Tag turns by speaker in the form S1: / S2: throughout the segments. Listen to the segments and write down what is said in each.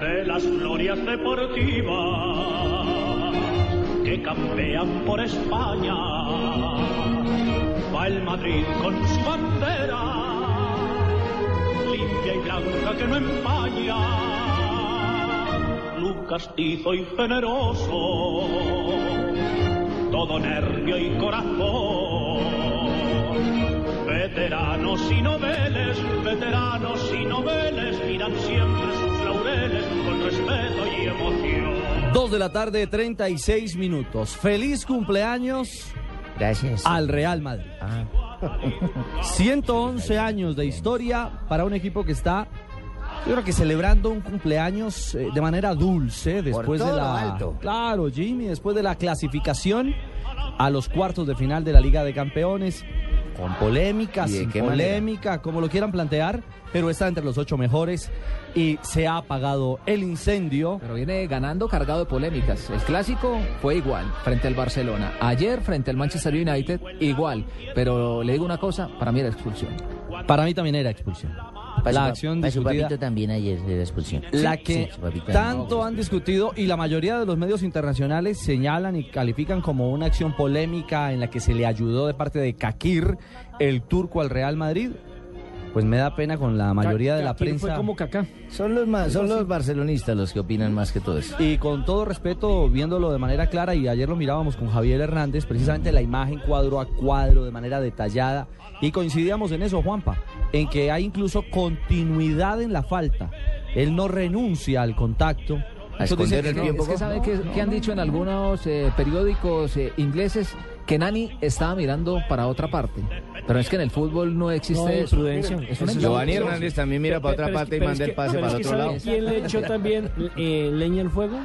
S1: de las glorias deportivas que campean por España. Va el Madrid con su bandera, limpia y blanca que no empaña. Club castizo y generoso, todo nervio y corazón. Veteranos y noveles, veteranos y noveles, miran siempre sus laureles con respeto y emoción.
S2: Dos de la tarde, 36 minutos. Feliz cumpleaños
S3: Gracias.
S2: al Real Madrid.
S3: Ah.
S2: 111 años de historia para un equipo que está, yo creo que celebrando un cumpleaños eh, de manera dulce después
S3: todo
S2: de
S3: lo
S2: la.
S3: alto.
S2: Claro, Jimmy, después de la clasificación a los cuartos de final de la Liga de Campeones. Con polémica,
S3: ¿Y de
S2: sin
S3: qué manera?
S2: polémica, como lo quieran plantear, pero está entre los ocho mejores y se ha apagado el incendio.
S4: Pero viene ganando cargado de polémicas. El clásico fue igual frente al Barcelona. Ayer frente al Manchester United, igual. Pero le digo una cosa, para mí era expulsión.
S2: Para mí también era expulsión.
S3: Para
S2: la
S3: su pa-
S2: acción
S3: para su
S2: discutida,
S3: papito también ayer de la expulsión.
S2: la
S3: Sí,
S2: que
S3: sí, pues, su papito también.
S2: tanto han discutido y la mayoría de los medios internacionales señalan y califican como una acción polémica en la que se le ayudó de parte de Kakir, el turco al Real Madrid. Pues me da pena con la mayoría de la prensa.
S3: Son los, ma- son los barcelonistas los que opinan más que todo eso.
S2: Y con todo respeto, viéndolo de manera clara, y ayer lo mirábamos con Javier Hernández, precisamente la imagen cuadro a cuadro, de manera detallada, y coincidíamos en eso, Juanpa, en que hay incluso continuidad en la falta. Él no renuncia al contacto.
S3: A
S2: Muchos
S3: esconder
S2: dicen que
S3: el
S2: no.
S3: tiempo.
S4: Es que sabe que, que han dicho en algunos eh, periódicos eh, ingleses que Nani estaba mirando para otra parte. Pero es que en el fútbol no
S5: Este
S4: existe eso. Es una
S6: Giovanni
S4: imprudencia.
S6: Hernández también mira para otra parte y manda el pase para el otro lado.
S5: ¿Quién le echó también eh, leña al fuego?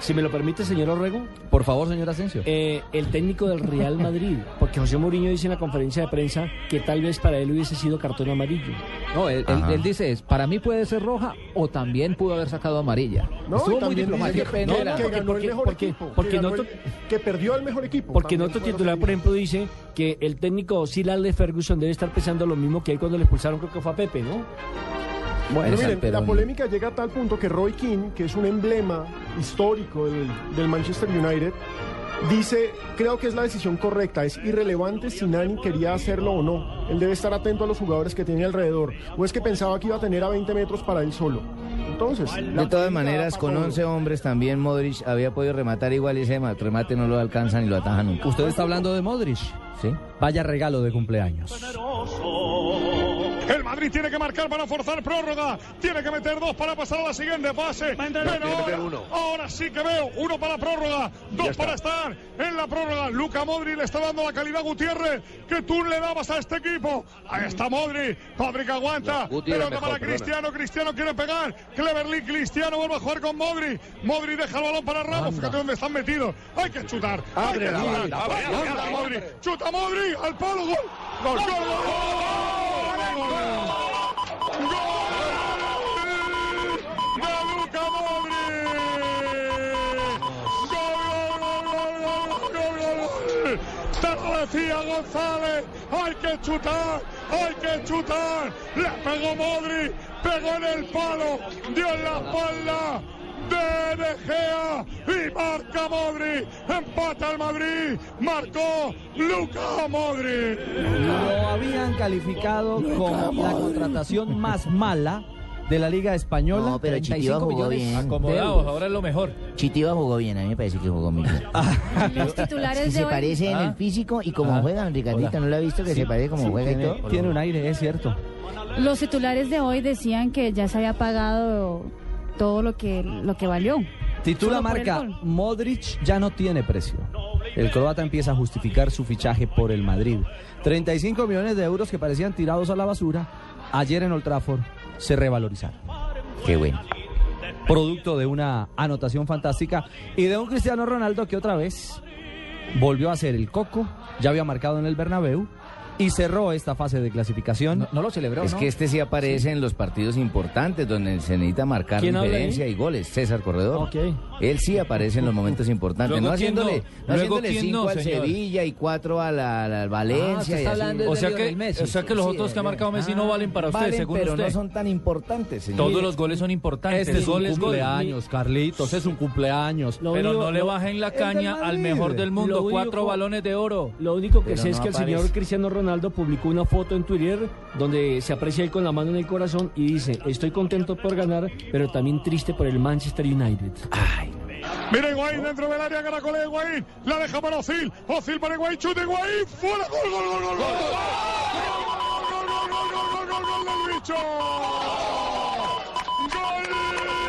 S5: Si me lo permite, señor Orrego,
S2: Por favor, señor Asensio.
S5: eh, el técnico del Real Madrid, porque José Mourinho dice en la conferencia de prensa que tal vez para él hubiese sido cartón amarillo.
S4: No, él, él- él dice es, para mí puede ser roja o también pudo haber sacado amarilla. Estuvo muy diplomático.
S5: No, no, porque- porque- porque- porque no to-
S7: perdió al mejor equipo.
S5: Porque en
S7: También
S5: otro
S7: fue lo
S5: titular,
S7: que
S5: por
S7: dijo.
S5: ejemplo, dice que el técnico Silas Ferguson debe estar pensando lo mismo que él cuando le expulsaron, creo que fue a Pepe, ¿no?
S7: Pero
S4: Esa,
S7: miren,
S4: pero
S7: la polémica llega a tal punto que Roy King, que es un emblema histórico del, del Manchester United, dice, creo que es la decisión correcta, es irrelevante si Nani quería hacerlo o no. Él debe estar atento a los jugadores que tiene alrededor. O es que pensaba que iba a tener a 20 metros para él solo. Entonces,
S6: De todas maneras, con 11 hombres también Modric había podido rematar igual y ese ma- remate no lo alcanza ni lo ataja nunca.
S2: Usted está hablando de Modric.
S6: ¿Sí?
S2: Vaya regalo de cumpleaños.
S8: El Madrid tiene que marcar para forzar prórroga. Tiene que meter dos para pasar a la siguiente fase. Pero ahora, ahora sí que veo uno para prórroga, dos para estar en la prórroga. Luca Modri le está dando la calidad a Gutiérrez que tú le dabas a este equipo. Ahí está Modri. Fábrica aguanta. Pelota para Cristiano. Cristiano quiere pegar. Cleverly Cristiano vuelve a jugar con Modri. Modri deja el balón para Ramos. Fíjate dónde están metidos. Hay que chutar. Hay que chutar. Hay que chutar a Modri. Chuta Modri al palo. Gol. Gol. Gol. Gol. Gol. ¡Gol de Luka Modric! ¡Gol, gol, gol, gol, gol, gol, gol! Te lo decía González, hay que chutar, hay que chutar. Le pegó Modric, pegó en el palo, dio en la espalda de De Gea y marca Modric. Empata el Madrid, marcó Luca Modric.
S2: Lo habían calificado como la contratación más mala de la Liga Española.
S3: No, pero Chitiba
S4: 35
S3: jugó
S4: millones.
S3: bien.
S4: Acomodados,
S5: ahora es lo mejor.
S3: Chitiba jugó bien, a mí me parece que jugó muy bien.
S6: Ah.
S9: Los titulares
S3: Sí,
S9: de
S3: se
S9: hoy.
S3: parece en el físico y como juega, don Ricardito, ¿no lo ha visto que se parece como juega y todo?
S2: Tiene un aire, es cierto.
S9: Los titulares de hoy decían que ya se había pagado todo lo que lo que valió.
S2: Titula
S9: Solo por el
S2: marca,
S9: gol.
S2: Modric ya no tiene precio. El croata empieza a justificar su fichaje por el Madrid. 35 millones de euros que parecían tirados a la basura, ayer en Old Trafford se revalorizaron.
S6: Qué bueno.
S2: Producto de una anotación fantástica y de un Cristiano Ronaldo que otra vez volvió a ser el coco, ya había marcado en el Bernabéu y cerró esta fase de clasificación. No,
S4: lo celebró,
S6: Es que este sí aparece en los partidos importantes donde se necesita marcar
S2: ¿Quién habla ahí?
S6: diferencia y goles. César Corredor.
S2: Ok.
S6: Él sí aparece en los momentos importantes.
S10: Luego,
S6: No
S10: ¿quién
S6: haciéndole,
S10: no?
S6: no
S10: Luego,
S6: haciéndole
S10: ¿quién
S6: cinco
S10: no,
S6: al
S10: señor?
S6: Sevilla y cuatro a la, a
S2: Ah,
S6: la Valencia. y así.
S10: o sea que, O sea que los
S6: Sí,
S10: otros que ha
S6: Lionel.
S10: marcado Messi no valen para usted,
S6: Valen,
S10: según
S6: pero
S10: usted.
S6: no son tan importantes, señor.
S10: Todos los goles son importantes.
S2: Este es
S10: Gol
S2: un
S10: es gol.
S2: cumpleaños, Carlitos, es un cumpleaños.
S10: Pero no le bajen la caña al mejor del mundo.
S5: Lo único-
S10: Cuatro balones de oro.
S5: Lo único que
S10: Pero
S5: sé es
S10: no
S5: que el
S10: aparece.
S5: señor Cristiano Ronaldo publicó una foto en Twitter donde se aprecia él con la mano en el corazón y dice, estoy contento por ganar, pero también triste por el Manchester United.
S11: Ah,
S8: Mira Higuaín dentro del área, caracolea Higuaín. La deja para Ozil. Ozil para Higuaín, chute Higuaín. Fuera, gol, gol, gol, gol, gol. Gol, gol, gol, gol, gol, gol, gol, gol del bicho.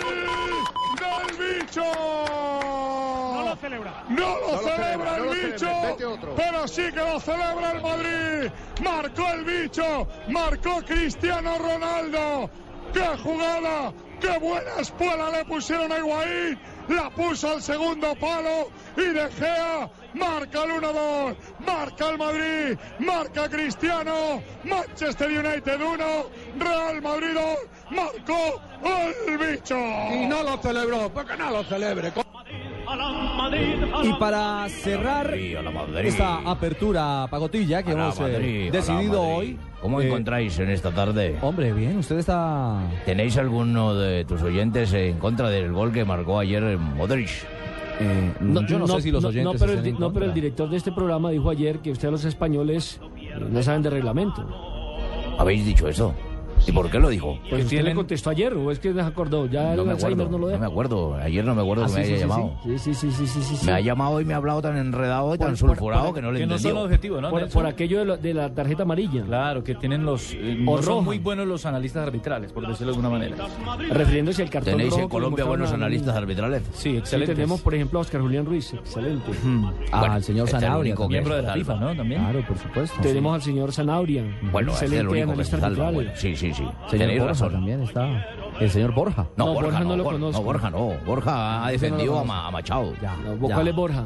S8: Gol del bicho. No lo celebra. No lo celebra el bicho. Pero sí que lo celebra el Madrid. Marcó el bicho. Marcó Cristiano Ronaldo. ¡Qué jugada! ¡Qué buena espuela le pusieron a Higuaín! La puso al segundo palo y De Gea marca el 1-2, marca el Madrid, marca Cristiano, Manchester United 1, Real Madrid 2, marcó el bicho. Y no lo celebró, porque no lo celebre.
S2: Y para cerrar esta apertura pacotilla que
S11: A la
S2: hemos eh,
S11: Madrid, a la
S2: decidido
S11: Madrid.
S2: hoy.
S11: ¿Cómo
S2: eh,
S11: encontráis en esta tarde?
S2: Hombre, bien, usted está.
S11: ¿Tenéis alguno de tus oyentes en contra del gol que marcó ayer Modric?
S2: eh,
S5: no, pero, el, di- no, pero el director de este programa dijo ayer que ustedes los españoles eh, no saben de reglamento.
S11: ¿Habéis dicho eso? ¿Y por qué lo dijo?
S5: Pues usted le contestó ayer, o es que les acordó, ya
S11: No
S5: el
S11: me
S5: Alzheimer
S11: acuerdo,
S5: no lo
S11: no
S5: deja.
S11: me acuerdo. Ayer no me acuerdo
S5: Ah,
S11: que
S5: sí,
S11: me
S5: sí,
S11: haya
S5: sí,
S11: llamado.
S5: Sí, sí, sí, sí, sí, sí, sí. Pues
S11: Me ha llamado y me ha hablado tan enredado y tan
S5: por-
S11: sulfurado
S5: por-
S11: que no le
S5: que no son
S11: entendió.
S10: objetivo, ¿no,
S5: Por,
S10: Nelson?
S5: por aquello de, lo- de la tarjeta amarilla.
S10: Claro, que tienen los. eh,
S5: O
S10: no
S5: roja.
S10: son muy buenos los analistas arbitrales, por decirlo de alguna manera.
S5: Refiriéndose al cartón
S11: ¿Tenéis
S5: rojo
S11: en
S5: que
S11: Colombia
S5: mostraron
S11: buenos
S5: a-
S11: analistas arbitrales?
S10: Sí,
S5: Sí, tenemos, por ejemplo, a Oscar Julián Ruiz, excelente.
S2: Ah, el señor
S11: este es el
S2: Sanabria.
S11: único que
S2: también.
S11: Miembro de la FIFA,
S10: ¿no? También.
S2: Claro, por supuesto.
S5: Tenemos al señor Sanabria,
S11: Bueno, este es el
S5: excelente
S11: único que se
S5: analista
S11: salva.
S5: arbitral.
S11: Bueno, sí, sí, sí.
S2: Señor
S11: Tenéis
S2: Borja
S11: razón.
S2: también está. El señor Borja.
S11: No, Borja, no,
S2: lo
S11: Borja,
S2: conozco.
S11: no, Borja no. Borja ha
S2: Ese no lo
S11: defendido a
S2: conozco.
S11: Ma- a Machado.
S2: ya. ¿cuál es
S5: Borja?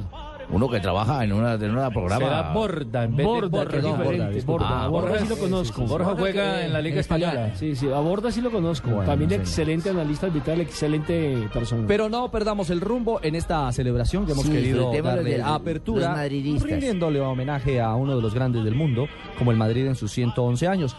S11: Uno que trabaja en una, en una programa.
S10: Será Borda en vez
S5: Borda,
S10: de
S5: que es
S10: Borja.
S5: diferente, Borda.
S11: Ah,
S5: A Borja,
S10: Borja
S5: sí lo
S10: es-
S5: conozco.
S10: sí, sí, Borja juega en la Liga Española.
S5: Sí, sí, a Borja sí lo conozco. También
S2: señores.
S5: excelente analista arbitral, excelente persona.
S2: Pero no perdamos el rumbo en esta celebración que hemos
S5: Sí,
S2: querido
S5: disfrutémoslo
S2: darle
S5: del-
S2: apertura,
S5: los madridistas.
S2: rindiéndole homenaje a uno de los grandes del mundo, como el Madrid en sus 111 años.